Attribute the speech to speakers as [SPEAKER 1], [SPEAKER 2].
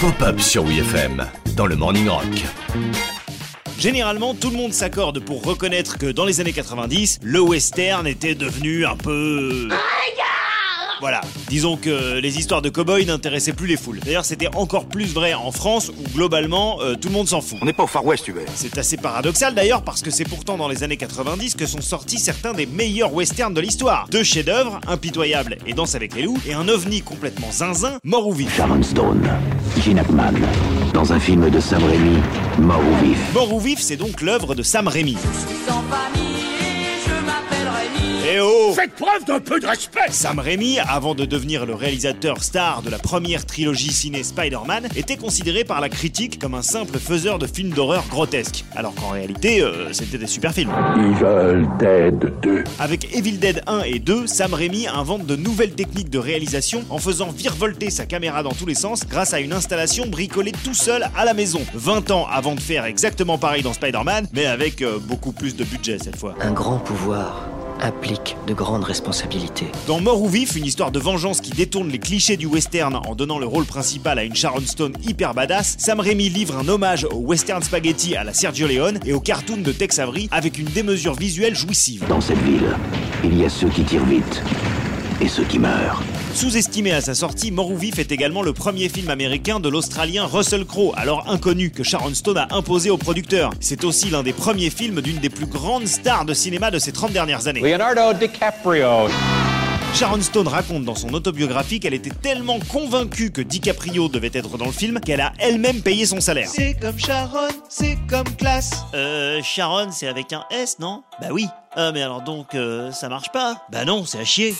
[SPEAKER 1] Pop-up sur WFM dans le Morning Rock.
[SPEAKER 2] Généralement, tout le monde s'accorde pour reconnaître que dans les années 90, le western était devenu un peu... Voilà, disons que les histoires de cow-boys n'intéressaient plus les foules. D'ailleurs, c'était encore plus vrai en France où globalement, euh, tout le monde s'en fout.
[SPEAKER 3] On n'est pas au Far West, Hubert.
[SPEAKER 2] C'est assez paradoxal d'ailleurs parce que c'est pourtant dans les années 90 que sont sortis certains des meilleurs westerns de l'histoire. Deux chefs-d'œuvre, Impitoyable et Danse avec les loups, et un ovni complètement zinzin, Mort ou vif.
[SPEAKER 4] Sharon Stone, Gene Hackman, dans un film de Sam Raimi, Mort ou vif.
[SPEAKER 2] Mort ou vif, c'est donc l'œuvre de Sam Raimi.
[SPEAKER 5] sans famille, je m'appelle Rémi.
[SPEAKER 2] Eh oh
[SPEAKER 6] Faites preuve d'un peu de respect
[SPEAKER 2] Sam Raimi, avant de devenir le réalisateur star de la première trilogie ciné Spider-Man, était considéré par la critique comme un simple faiseur de films d'horreur grotesques, alors qu'en réalité, euh, c'était des super films.
[SPEAKER 4] Evil Dead 2.
[SPEAKER 2] Avec Evil Dead 1 et 2, Sam Raimi invente de nouvelles techniques de réalisation en faisant virevolter sa caméra dans tous les sens grâce à une installation bricolée tout seul à la maison. 20 ans avant de faire exactement pareil dans Spider-Man, mais avec euh, beaucoup plus de budget cette fois.
[SPEAKER 7] Un grand pouvoir implique de grandes responsabilités.
[SPEAKER 2] Dans Mort ou Vif, une histoire de vengeance qui détourne les clichés du western en donnant le rôle principal à une Sharon Stone hyper badass, Sam Raimi livre un hommage au western spaghetti à la Sergio Leone et au cartoon de Tex Avery avec une démesure visuelle jouissive.
[SPEAKER 4] Dans cette ville, il y a ceux qui tirent vite et ceux qui meurent.
[SPEAKER 2] Sous-estimé à sa sortie, Mort ou Vif est également le premier film américain de l'Australien Russell Crowe, alors inconnu, que Sharon Stone a imposé au producteur. C'est aussi l'un des premiers films d'une des plus grandes stars de cinéma de ces 30 dernières années.
[SPEAKER 8] Leonardo DiCaprio.
[SPEAKER 2] Sharon Stone raconte dans son autobiographie qu'elle était tellement convaincue que DiCaprio devait être dans le film qu'elle a elle-même payé son salaire. C'est comme Sharon, c'est comme classe. Euh, Ah, Sharon, c'est avec un S, non Bah oui. Euh, mais alors donc, euh, ça marche pas Bah non, c'est à chier.